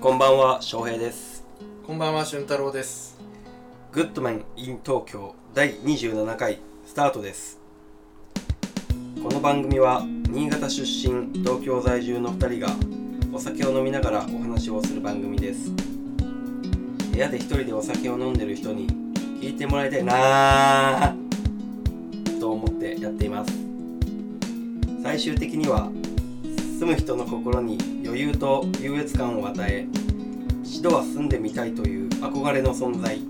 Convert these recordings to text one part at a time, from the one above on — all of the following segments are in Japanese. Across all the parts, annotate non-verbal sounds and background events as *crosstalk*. こんばんは翔平ですこんばんは、俊太郎です。グッドマン in 東京第27回スタートですこの番組は新潟出身東京在住の2人がお酒を飲みながらお話をする番組です部屋で一人でお酒を飲んでる人に聞いてもらいたいなあと思ってやっています最終的には住む人の心に余裕と優越感を与え一度は住んでみたいという憧れの存在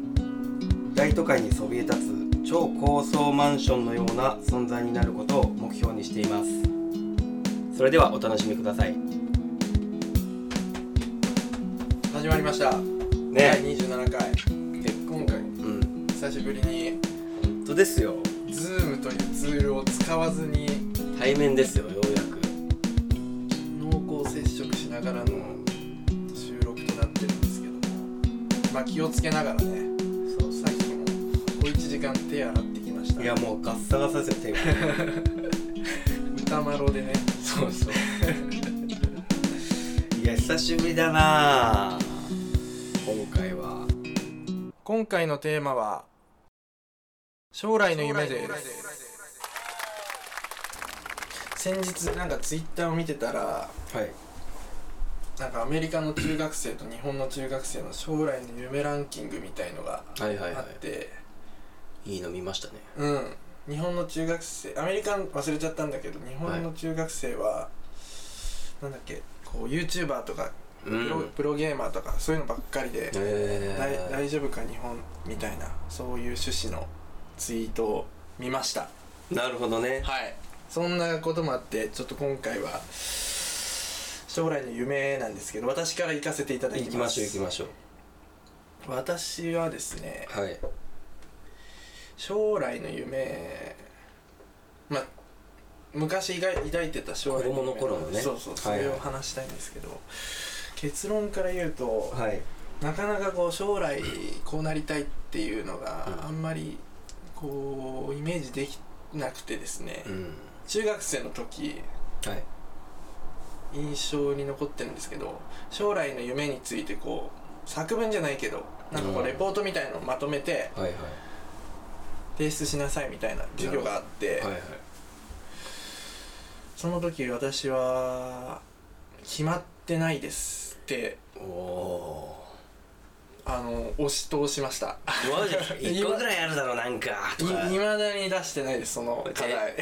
大都会にそびえ立つ超高層マンションのような存在になることを目標にしていますそれではお楽しみください始まりました。第ね、 27回。今回、うん久しぶりに、本当ですよ Zoom というツールを使わずに、対面ですよようやく濃厚接触しながらの収録となってるんですけども、まあ気をつけながらね、そうさっきも、小1時間手洗ってきました。いやもうガッサガサですよ手が歌まろでね、そうそう *laughs* いや久しぶりだなあ今回は今回のテーマは、将来の夢です。先日、なんか Twitter を見てたら、はいなんかアメリカの中学生と日本の中学生の将来の夢ランキングみたいのがはいはいあって、いいの見ましたねうん日本の中学生アメリカン忘れちゃったんだけど日本の中学生は、なんだっけこう YouTuber とかうプロ,、んプロゲーマーとかそういうのばっかりで、だいえー、大丈夫か日本みたいなそういう趣旨のツイートを見ましたなるほどねはいそんなこともあってちょっと今回は将来の夢なんですけど私から行かせていただき行まきましすょう行きましょう私はですねはい将来の夢まあ昔が抱いてた将来夢子供の頃のねそうそうそはいはいれを話したいんですけど、結論から言うと、はいなかなかこう将来こうなりたいっていうのがうんあんまりこうイメージできなくてですね、うん中学生の時はい印象に残ってるんですけど将来の夢についてこう作文じゃないけどなんかこうんうレポートみたいのをまとめてはいはい提出しなさいみたいな授業があって、はいはいその時私は決まってないですっておおあの押し通しましたーマジですか今1個ぐらいあるだろなんかとかいまだに出してないですその課 *laughs* 題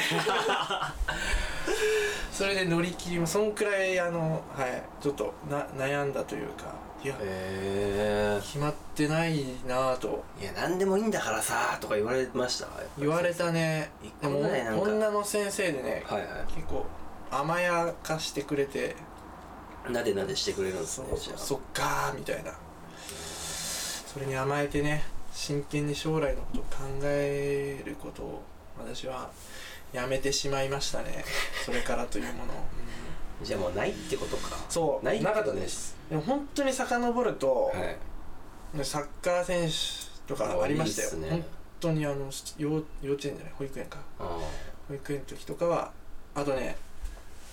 それで乗り切りもそんくらいあのはいちょっとな悩んだというかいやへ決まってないなぁとえいや何でもいいんだからさとか言われました言われたね一で個もぐらいなんか女の先生でねはいは結構甘やかしてくれていなでなでしてくれるんですそねうじゃあそっかーみたいなそれに甘えてね真剣に将来のことを考えることを私はやめてしまいました *laughs* ねそれからというものを、じゃあもうないってことかそうないかったですでも本当に遡ると、はいサッカー選手とかありましたよいいっすね本当にあの幼幼稚園じゃない保育園かあ保育園の時とかはあとね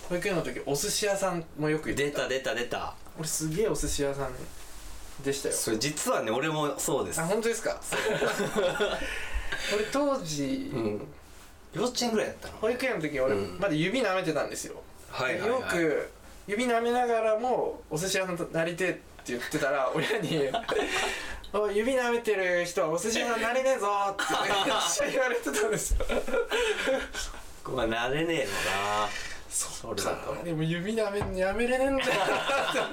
保育園の時お寿司屋さんもよくー行って出た出た出た俺すげえお寿司屋さんでしたよそれ実はね俺もそうですあ本当ですか *laughs* 俺当時、うん幼稚園ぐらいだったの保育園の時俺うんまだ指舐めてたんですよ、はいはいよはいく指舐めながらもお寿司屋さんとなりてえって言ってたら親に *laughs* 「おい指舐めてる人はお寿司屋さんなれねえぞ」ってめっちゃ言われてたんですよごめん慣れねえのなそっかでも指舐めんのやめれねえ *laughs* んだよ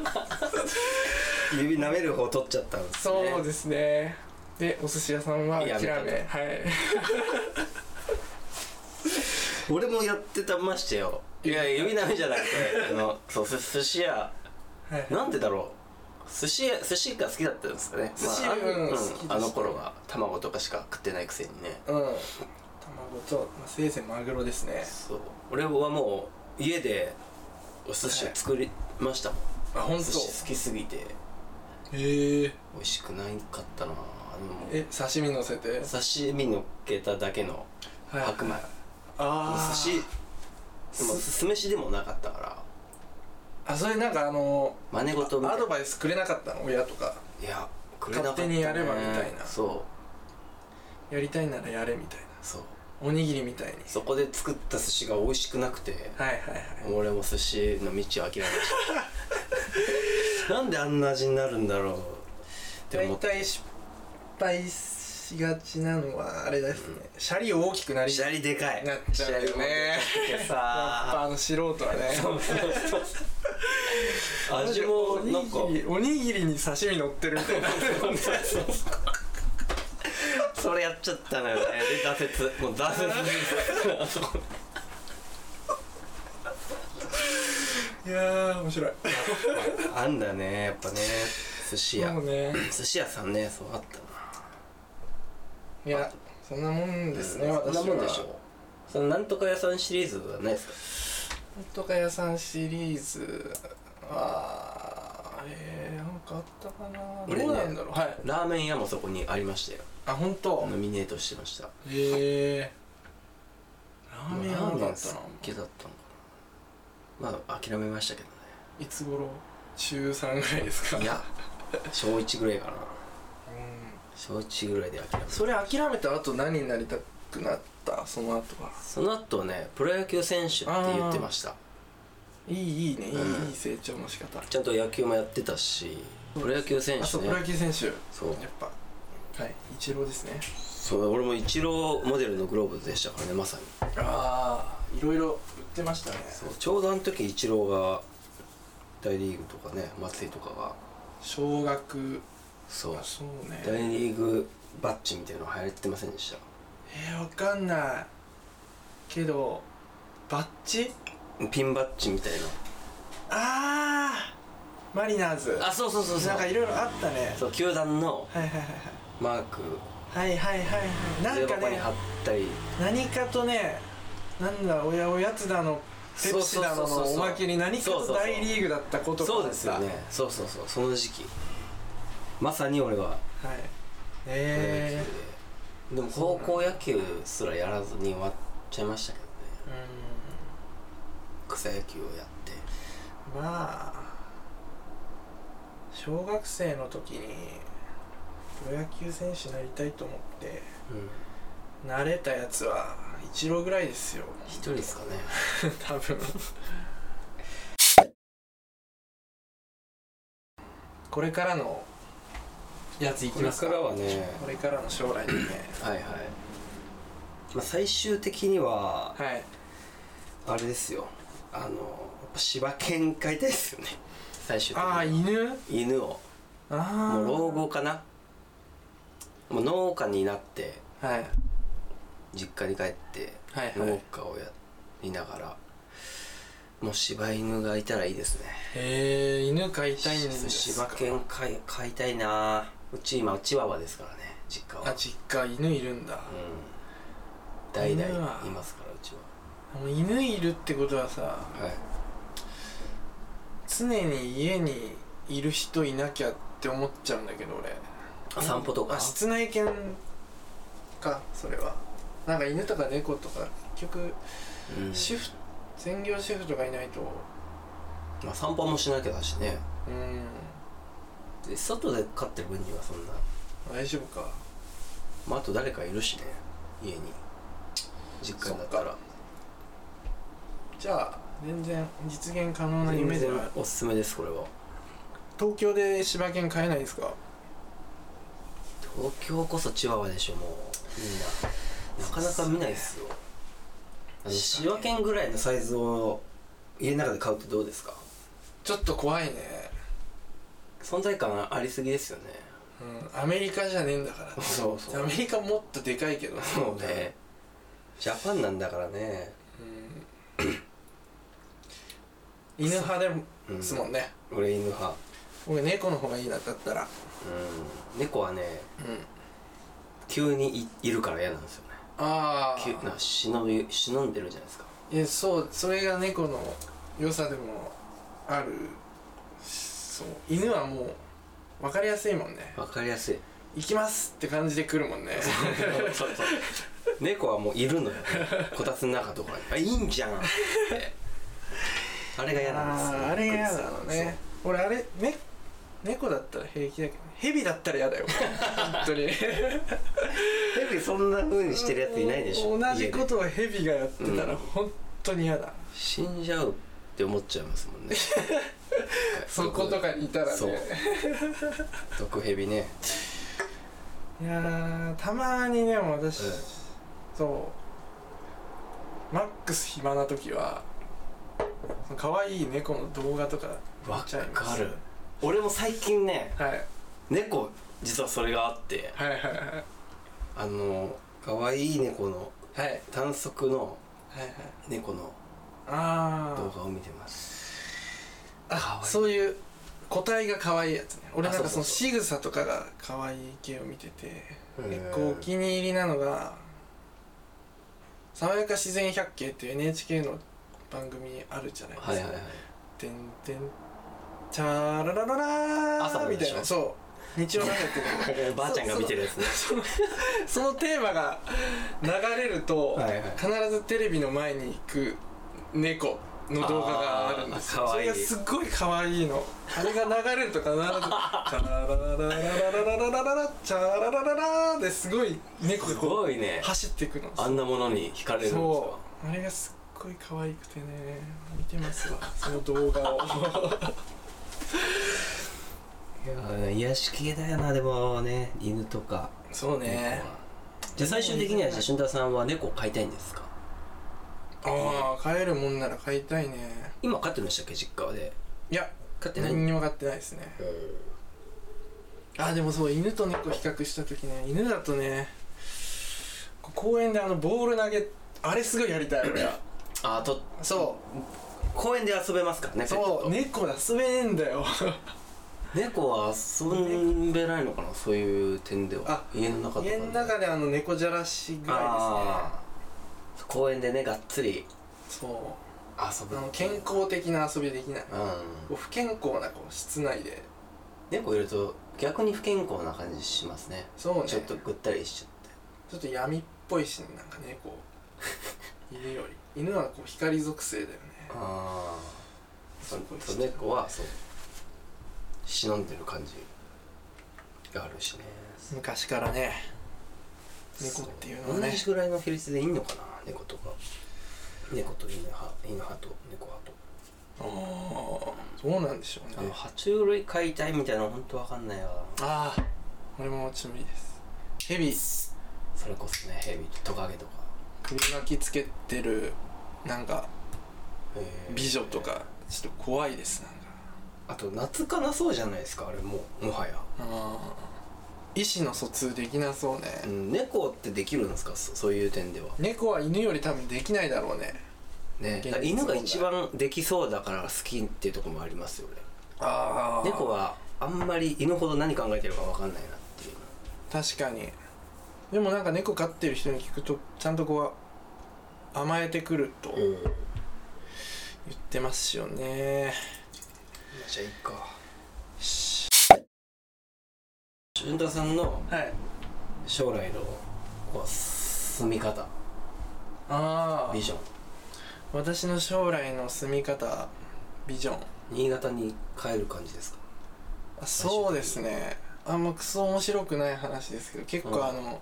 なって指舐める方取っちゃったんですねそうですねでお寿司屋さんは諦めやめはい俺もやってたましたよいや指舐めじゃなくてあの *laughs* そうす寿司屋はいなんでだろう寿司屋寿司が好きだったんですかね寿司まああうんうん好きでしたあの頃は卵とかしか食ってないくせにねうん卵と、まあ、せいぜいマグロですねそう俺はもう家でお寿司を作りましたもん、あ本寿司好きすぎて当。へえ美味しくないかったなでもえ刺身乗せて刺身のっけただけのはい白米ああ寿司でも酢飯でもなかったからあそれなんかあの真似事みたアいドバイスくれなかったの親とかいやくれなか勝った、ね、手にやればみたいなそうやりたいならやれみたいなそうおにぎりみたいにそこで作った寿司が美味しくなくてはいはいはい俺も寿司の道を諦めました *laughs* なんであんな味になるんだろうって思大って体失敗しがちなのはあれですね、シャリ大きくなりシャリでかいなっちゃうよシねャリ持ってきて *laughs* やっぱさあの素人はねそうそうそうそう味もなんかおにぎりおにぎりに刺身乗ってる *laughs* みたいなそれやっちゃったのよねで挫折もう挫折 *laughs* いやー面白いあんだねやっぱね寿司屋もうね寿司屋さんねそうあったないやそんなもんですね、うんそん私なはもんでしょそのなんとか屋さんシリーズはないですかなんとか屋さんシリーズはえー、なんかあったかな俺ねどうなんだろうはいラーメン屋もそこにありましたよあ本当。ノミネートしてましたへえララーメン屋なんだったな好きだったのかなまあ諦めましたけどねいつ頃中3ぐらいですかいや小1ぐらいかなうん小1ぐらいで諦めたそれ諦めた後何になりたくなったその後はその後ねプロ野球選手って言ってましたいいいいねいい,、うんいい成長の仕方ちゃんと野球もやってたしプロ野球選あ手そうプロね野球選手やそうっぱはい一郎ですねそう俺もイチローモデルのグローブでしたからねまさにああいろいろ売ってましたねそうちょうどあの時イチローが大リーグとかね松井とかが小学そうあそう大ねリーグバッジみたいなの流行ってませんでしたえー、わかんないけどバッチピンバッジみたいああマリナーズなあそうそうそうそうなんかいろいろあったねそう球団のはいはいマークはいはいはいはいはいはいなん横かにね貼ったり何かとねなんだおやおやつだのペプシだのそうそうそうのそうおまけに何かそうとそうそう大リーグだったことがあそったうですよねそうそうそうその時期まさに俺ははいプロ野球で、えでも高校野球すらやらずに終わっちゃいましたけどねえー、草野球をやってうんまあ小学生の時にプロ野球選手になりたいと思ってうん慣れたやつは一郎ぐらいですよ *laughs* 一人ですかね多分これからのやついきこれますかからはねこれからの将来にねはいはい、まあ、最終的には *coughs* はいあれですよあのやっぱ柴犬飼いたいですよね最終的にああは犬犬をああもう老後かなもう農家になってはい実家に帰ってはいはい農家をやりながら、もう柴犬がいたらいいですねへえ犬飼いたいんですか柴犬飼い飼いたいなうち今チワワですからね実家はあ実家犬いるんだうん代犬は々いますからうちはもう犬いるってことはさはい常に家にいる人いなきゃって思っちゃうんだけど俺あ散歩とかあ室内犬かそれはなんか犬とか猫とか結局うんシフト、専業シフトがいないとまあ、散歩もしなきゃだしねうんで外で飼ってる分にはそんな大丈夫かまああと誰かいるしね家に実家だったらじゃあ全然実現可能な夢全で然はあるおすすめですこれは東京で柴犬飼えないですか東京こそチワワでしょもうみんななかなか見ないっすよあの柴柴犬ぐらいのサイズを家の中で飼うってどうですかちょっと怖いね存在感ありすぎですよねうんアメリカじゃねえんだからそうそうアメリカもっとでかいけどもうねジャパンなんだからね、うん犬派でもうんですもんね、俺犬派僕猫の方がいいなだったらうん猫はねうん急にいいるから嫌なんですよねあ急あなんか忍び忍んでるじゃないですかいやそうそれが猫の良さでもあるそう犬はもう分かりやすいもんねわかりやすい行きますって感じで来るもんねそうそう猫はもういるのよこたつの中とかに「あいいんじゃん」ってあれが嫌なんですよ *laughs* あーあれが嫌なのね俺あれね猫だったら平気だけど蛇だったら *laughs* 嫌だよ本当にヘビそんな風にしてるやついないでしょ同じ家こでとを蛇がやってたうらん本当に嫌だ、死んじゃうって思っちゃいますもんね *laughs* そことかにいたらねそう毒ヘビねいやーたまにねもう私、うんそうマックス暇な時はその可愛い猫の動画とかわちゃいますかる俺も最近ねはい猫実はそれがあってはいはいはいはいあの可愛い猫のはいはい短足のはい猫のあ動ー画を見てますあ可愛いそういう個体が可愛いやつね俺なんあかそそうのそ仕草とかが可愛い系を見てて結う構んお気に入りなのが「爽やか自然百景」っていう NHK の番組あるじゃないですか、はいはいはい *laughs* てんてんチャララララー朝のみでたしいょなそう日曜流れてるばあちゃんが見てるやつねそのテーマが流れると、はいはい必ずテレビの前に行く猫の動画があるんですよあーそれかがわいいすっごい可愛いのあれが流れると必ず「チャラララララララララチャララララ」ですごい猫すがこごいうね走っていくのあんなものに惹かれるんですかそうあれがすっごい可愛くてね見てますわその動画をいやー癒し系だよなでもね犬とかそうね猫はじゃあ最終的にはじゃあ俊太さんは猫を飼いたいんですかああ飼えるもんなら飼いたいね今飼ってましたっけ実家でいや飼ってない何にも飼ってないですねあーでもそう犬と猫比較した時ね犬だとねこう公園であのボール投げあれすごいやりたい *clears throat* 俺はあとそ公園で遊べますからねうそうペッ猫だ遊べねえんだよトと猫は遊べないのかなそういう点ではあ家の中とかで家の中であの猫じゃらしぐらああ公園でねがっつりいですねそ遊ぶうあの健康的な遊びできないうんこう不健康なこう室内で猫いると逆に不健康な感じしますねそうねちょっとぐったりしちゃってちょっと闇っぽいしねなんか猫犬より犬はこう光属性だよねあすごいあ猫はそう忍んでる感じがあるしね昔からね猫っていうのはね同じぐらいの比率でいいのかな猫とか猫と犬派犬派と猫派とああそうなんでしょうあねの爬虫類飼いたいみたいなのほんとわかんないわああ俺もちょっと無理ですヘビそれこそねヘビトカゲとか首巻きつけてるなんかえー美女とかちょっと怖いですなんかあと夏かなそうじゃないですかあれもうもはや、あー意思の疎通できなそうね、うん、猫ってできるんですかそそういう点では猫は犬より多分できないだろうねね現実だから犬が一番できそうだから好きっていうところもありますよあ俺猫はあんまり犬ほど何考えてるかわかんないなっていう確かにでもなんか猫飼ってる人に聞くとちゃんとこう甘えてくると言うんまってますよね、あじゃあいいか潤太さんのはい将来のこう住み方ああビジョン私の将来の住み方ビジョン新潟に帰る感じですかあそうですねあんまクソ面白くない話ですけど結うん構あの、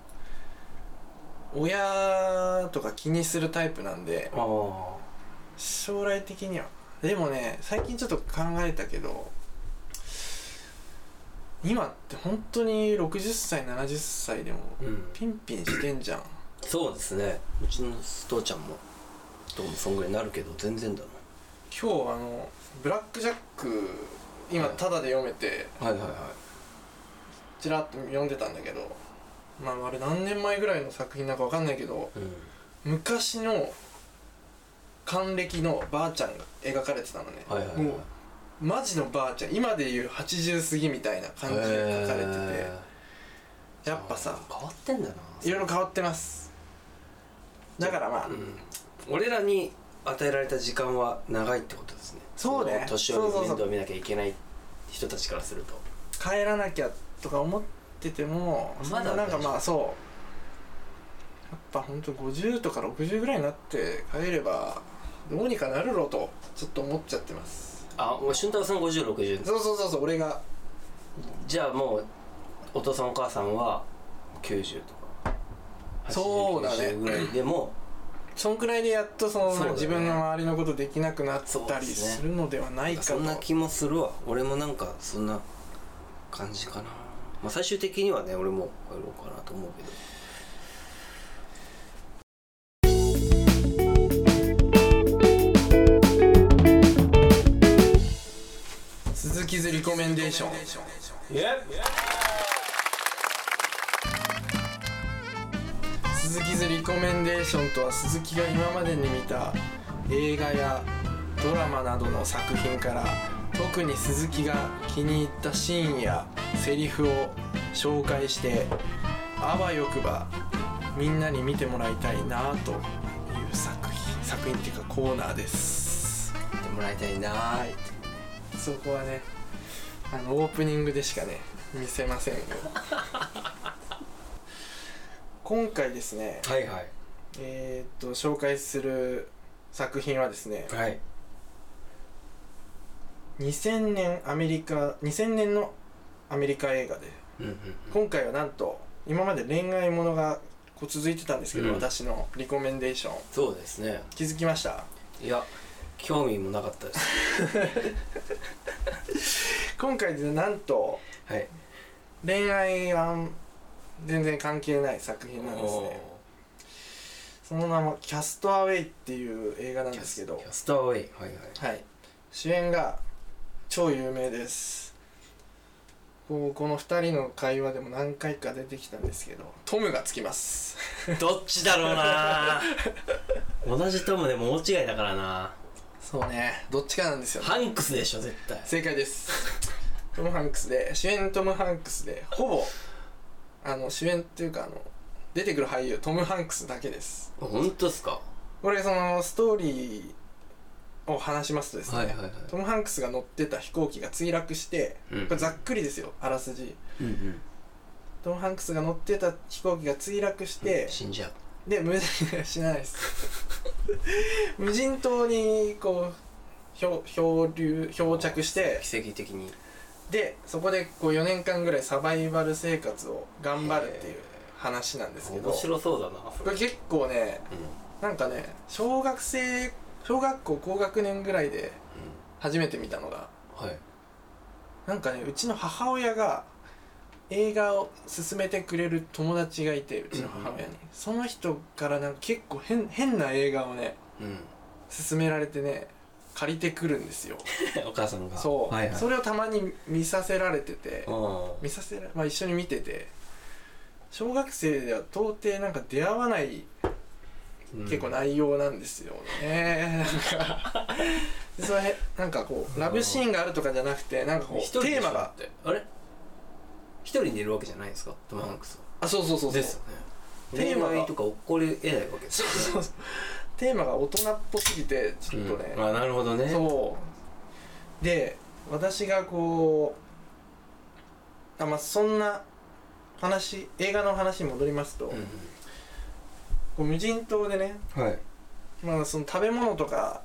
親とか気にするタイプなんでああ将来的にはでもね最近ちょっと考えたけど今って本当に60歳70歳でもうんピンピンしてんじゃんそうですねうちの父ちゃんもどうもそんぐらいになるけど全然だ今日あの「ブラック・ジャック」今はいタダで読めて、なはいはいはいちらっと読んでたんだけどまああれ何年前ぐらいの作品なんかわかんないけどうん昔の還暦のばあちゃんが描かれてたのね、はいはいはいもうマジのばあちゃん今でいう80過ぎみたいな感じで描かれてて、へーやっぱさあー変わってんだないろいろ変わってますだからまあ、うん俺らに与えられた時間は長いってことですねそうねの年寄りそうにそ面うそう倒見なきゃいけない人たちからすると帰らなきゃとか思っててもまだなんかまあそうやっぱほんと50とか60ぐらいになって帰ればどうにかなるろとちょっと思っちゃってますあもう俊太郎さん5060そうそうそうそう俺がじゃあもうお父さんお母さんは90とかそうだね80ぐらいでもそんくらいでやっとそのそうだね自分の周りのことできなくなっそうたでりすねするのではないかとそんな気もするわ俺もなんかそんな感じかな、まあ、最終的にはね俺も帰ろうかなと思うけど鈴木ズリコメンデーション鈴木ズリコメンデーションとは鈴木が今までに見た映画やドラマなどの作品から特に鈴木が気に入ったシーンやセリフを紹介してあわよくばみんなに見てもらいたいなという作品作品っていうかコーナーですやってもらいたいなーってそこはねあのオープニングでしかね見せませんが今回ですねはいはいえーっと紹介する作品はですねはい2000年アメリカ2000年のアメリカ映画でうんうん今回はなんと今まで恋愛ものがこう続いてたんですけど、うん私のリコメンデーションそうですね気づきましたいや興味もなかったです今回でなんとはい恋愛は全然関係ない作品なんですおねその名も「キャストアウェイ」っていう映画なんーキでャすスけどキャストアウェイはいはいはい主演が超有名ですこうこの2人の会話でも何回か出てきたんですけどトムがつきますどっちだろう *laughs* な同じトムでも大違いだからなそうねどっちかなんですよ、ね、ハンクスでしょ絶対正解です *laughs* トム・ハンクスで主演トム・ハンクスでほぼあの主演っていうかあの出てくる俳優トム・ハンクスだけです本当っすかこれそのストーリーを話しますとですね、はいはいはいトム・ハンクスが乗ってた飛行機が墜落してうんこれざっくりですよあらすじうんうんトム・ハンクスが乗ってた飛行機が墜落して、死んじゃうで無人死なないです *laughs* 無人島にこう漂漂流漂着して奇跡的にでそこでこう4年間ぐらいサバイバル生活を頑張るっていう話なんですけど面白そうだなそこれ結構ねうんうんなんかね小学生小学校高学年ぐらいで初めて見たのがはいなんかねうちの母親が映画を勧めてくれる友達がいてうちの母親うに、んその人からなんか結構変変な映画をねうん勧められてね借りてくるんですよお母さんがそう、はいはいそれをたまに見させられててうん見させらまあ一緒に見てて小学生では到底なんか出会わない結構な内容なんですよね、 *laughs* なんかでそれなんかこうラブシーンがあるとかじゃなくてなんかこ一人うでしょテーマがってあれ一人でいるわけじゃないですかトム・ハンクスはあそうそうそうそうですよねテーマが恋愛とか起こり得ないわけですそうよねそうそうテーマが大人っぽすぎてちょっとね、うんあなるほどねそうで私がこうあまあそんな話映画の話に戻りますと、うんうんこう無人島でね、はいまあ、その食べ物とか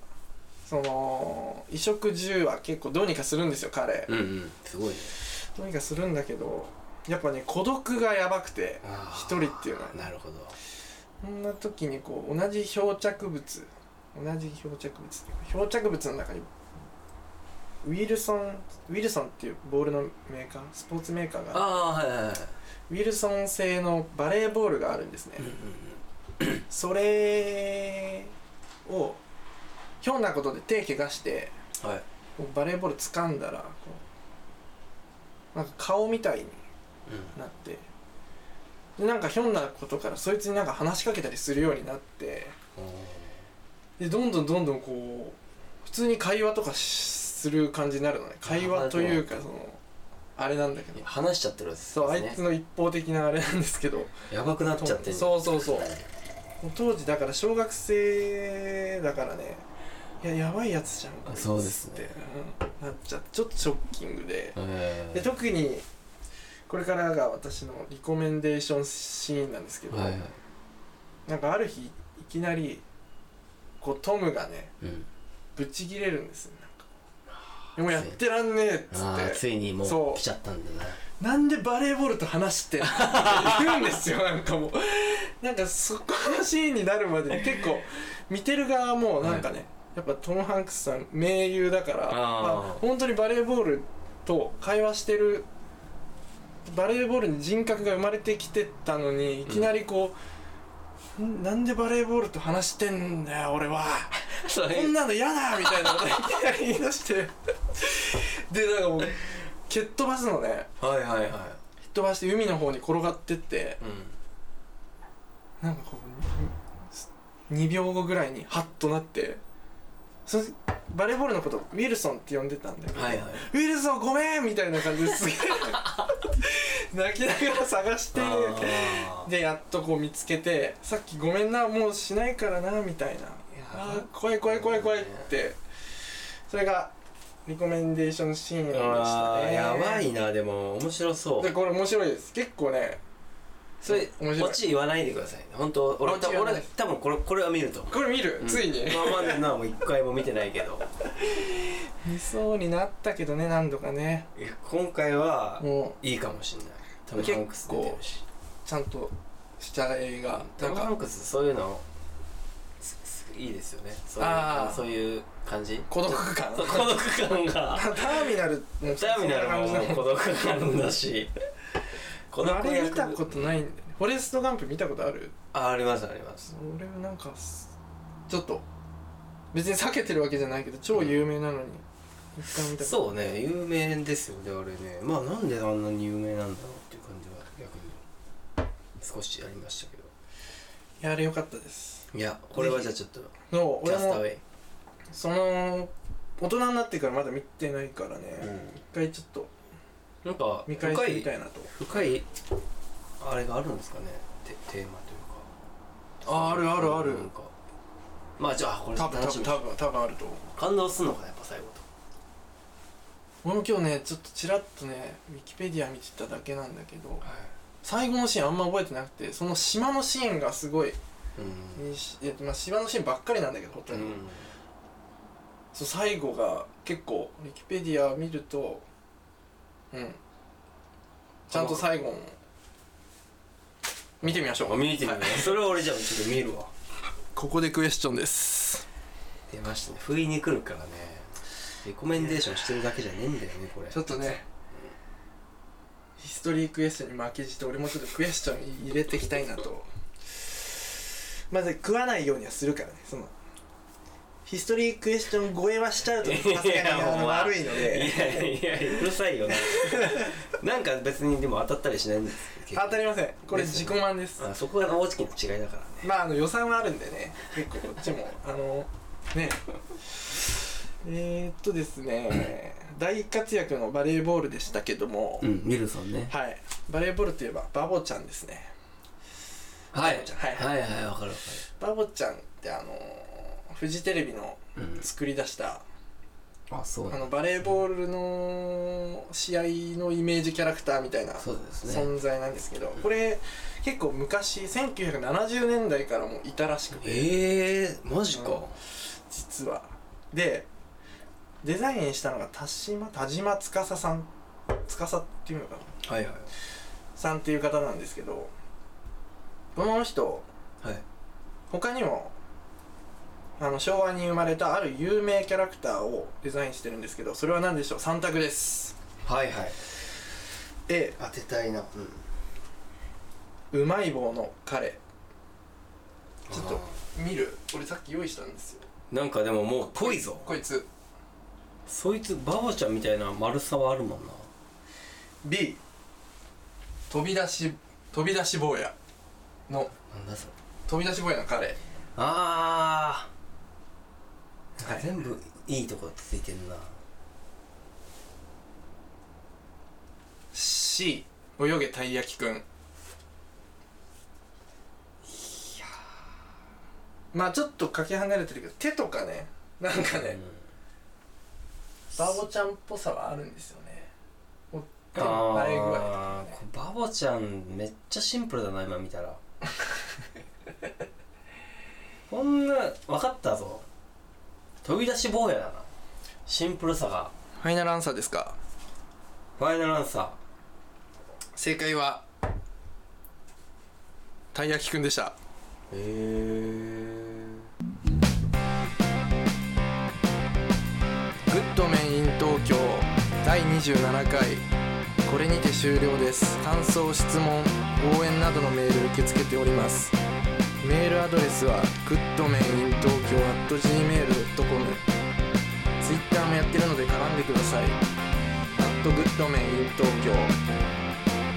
その衣食住は結構どうにかするんですよ彼、うんうんすごいねどうにかするんだけどやっぱね孤独がやばくてあ一ー人っていうのはなるほどそんな時にこう同じ漂着物同じ漂着物っていうか漂着物の中にウィルソンウィルソンっていうボールのメーカースポーツメーカーがああーはいはいはいウィルソン製のバレーボールがあるんですね、うんうんそれをひょんなことで手怪我してうんはいこうバレーボール掴んだらこうなんか顔みたいにうんなってでなんかひょんなことからそいつになんか話しかけたりするようになってでどんどんどんどんこう普通に会話とかしする感じになるのね会話というかそのあれなんだけいどや話しちゃってるわけですねそうあいつの一方的なあれなんですけどやばくなっちゃってんじゃんそうそうそうもう当時だから小学生だからねいややばいやつじゃんこいつそうですねって、うんなっちゃってちょっとショッキングでえーで特にこれからが私のリコメンデーションシーンなんですけど、はいはいなんかある日いきなりこうトムがねうんぶち切れるんですよなんかでもやってらんねえっつあーっつていにもそうう来ちゃったんだななんでバレーボールと話して *laughs* んのって言うんですよなんかもうなんかそこのシーンになる *laughs* までに結構見てる側もなんかね、やっぱトム・ハンクスさん名優だからあーまあ、本当にバレーボールと会話してるバレーボールに人格が生まれてきてたのにいきなりこう、んなんでバレーボールと話してんだよ俺はそこんなの嫌だみたいなこといきなり言い出してでなんかもう蹴っ飛ばすのねはいはいはい蹴っ飛ばして海の方に転がってってうなんかこう2秒後ぐらいにハッとなってそのバレーボールのことウィルソンって呼んでたんだけど、んはいはいウィルソンごめんみたいな感じですげえ泣きながら探してあでやっとこう見つけてさっきごめんなもうしないからなみたいなあー怖い怖い怖い怖いってそれがリコメンデーションシーンでしたあーねやばいなでも面白そでうこれ面白いです結構ねそれ面白いオチ言わないでください本当俺オチ言わ俺ない多分これこれは見ると思うこれ見る、うんついにまあまあなもう一回も見てないけど見そうになったけどね何度かねいや今回はもいいかもしれない多分ハンクス出てるしうちゃんとした映画タなんム・ハかンクスそういうのすすいいですよねそういうあーそういう感じ孤独感そう孤独感が *laughs* ターミナルのダミナルもの孤独感だし孤独あれ見役たことないんだよねフォレストガンプ見たことあるあありますあります俺はなんかすちょっと別に避けてるわけじゃないけど超有名なのに一回見たことそうねね有名ですよねあれねまあなんであんなに有名なんだろうっていう感じは逆に少しありましたけどいやあれ良かったですいやこれはじゃあちょっとのキ俺ャスターウもェイその大人になってからまだ見てないからね、一回ちょっとなんか見返してみ深たいいなと深いあれがあるんですかねテテーマというかああるあるあるなんかまあじゃあこれ多分多楽し分み多分多分あると思う感動すんのかなやっぱ最後と俺も今日ねちょっとちらっとねウィキペディア見てただけなんだけど最後のシーンあんま覚えてなくてその島のシーンがすごいうんにしいやまあ島のシーンばっかりなんだけどほとんど、うんそう最後が結構ウィキペディア見るとうんちゃんと最後も見てみましょあう見てみようそれは俺じゃあちょっと見るわここでクエスチョンです出ましたね不意に来るからねレコメンデーションしてるだけじゃねえんだよねこれちょっとねヒストリークエスチョンに負けじと俺もちょっとクエスチョン入れていきたいなとまず食わないようにはするからねそのヒストリークエスチョン超えはしちゃうとさすがにいやあものう悪いのいでやいやうるさいよ *laughs* ねなんか別にでも当たったりしないんですけど当たりませんこれ自己満ですあそこが大きな違いだからねまああの予算はあるんでね結構こっちもあのねえー、っとですね大活躍のバレーボールでしたけども、うんウィルソンねはいバレーボールといえばバボちゃんですねはいバボちゃんはい、はいはいわかるわかバボちゃんってあのーフジテレビのるうん作り出した、あそうあのバレーボールの試合のイメージキャラクターみたいなそうですね存在なんですけど、これ結構昔1970年代からもいたらしくてええマジうんか実はでデザインしたのが田島田島司さん司っていうのかなはいはさんっていう方なんですけどこの人いはい他にもあの昭和に生まれたある有名キャラクターをデザインしてるんですけどそれは何でしょう3択ですはいはい A 当てたいなうんうまい棒の彼ちちょょっっとと見る俺さっき用意したんですよなんかでももうぽいぞこいつそいつバボちゃんみたいな丸さはあるもんな B 飛び出し飛び出し坊やのなんだそれ飛び出し坊やの彼ああ、はい全部いいとこついてんな C 泳げたい焼きくんいやまあちょっとかけ離れてるけど手とかねなんかね、バボちゃんっぽさはあるんですよねおっあかりのバレ具合あーこれバボちゃんめっちゃシンプルだな今見たらこんな分かったぞ飛び出し坊やだなシンプルさがファイナルアンサーですかファイナルアンサ正解はたい焼きくんでしたーへグッドメンイン東京第27回これにて終了です感想質問応援などのメール受け付けておりますメールアドレスはグッドメンイン東京 at gmail.com ツイッターもやってるので絡んでくださいアットグッドメンイン東京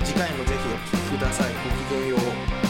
次回もぜひお聴きくださいごきげんよう